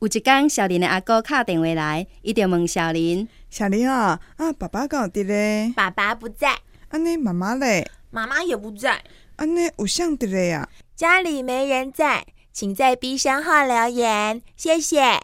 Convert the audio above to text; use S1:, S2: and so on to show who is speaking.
S1: 有一天，小林的阿哥敲电话来，伊就问小林，
S2: 小林啊，啊，爸爸敢有伫咧？
S3: 爸爸不在，
S2: 安尼妈妈咧？
S3: 妈妈也不在，
S2: 安尼有谁伫咧啊？
S3: 家里没人在，请在 B 三号留言，谢谢。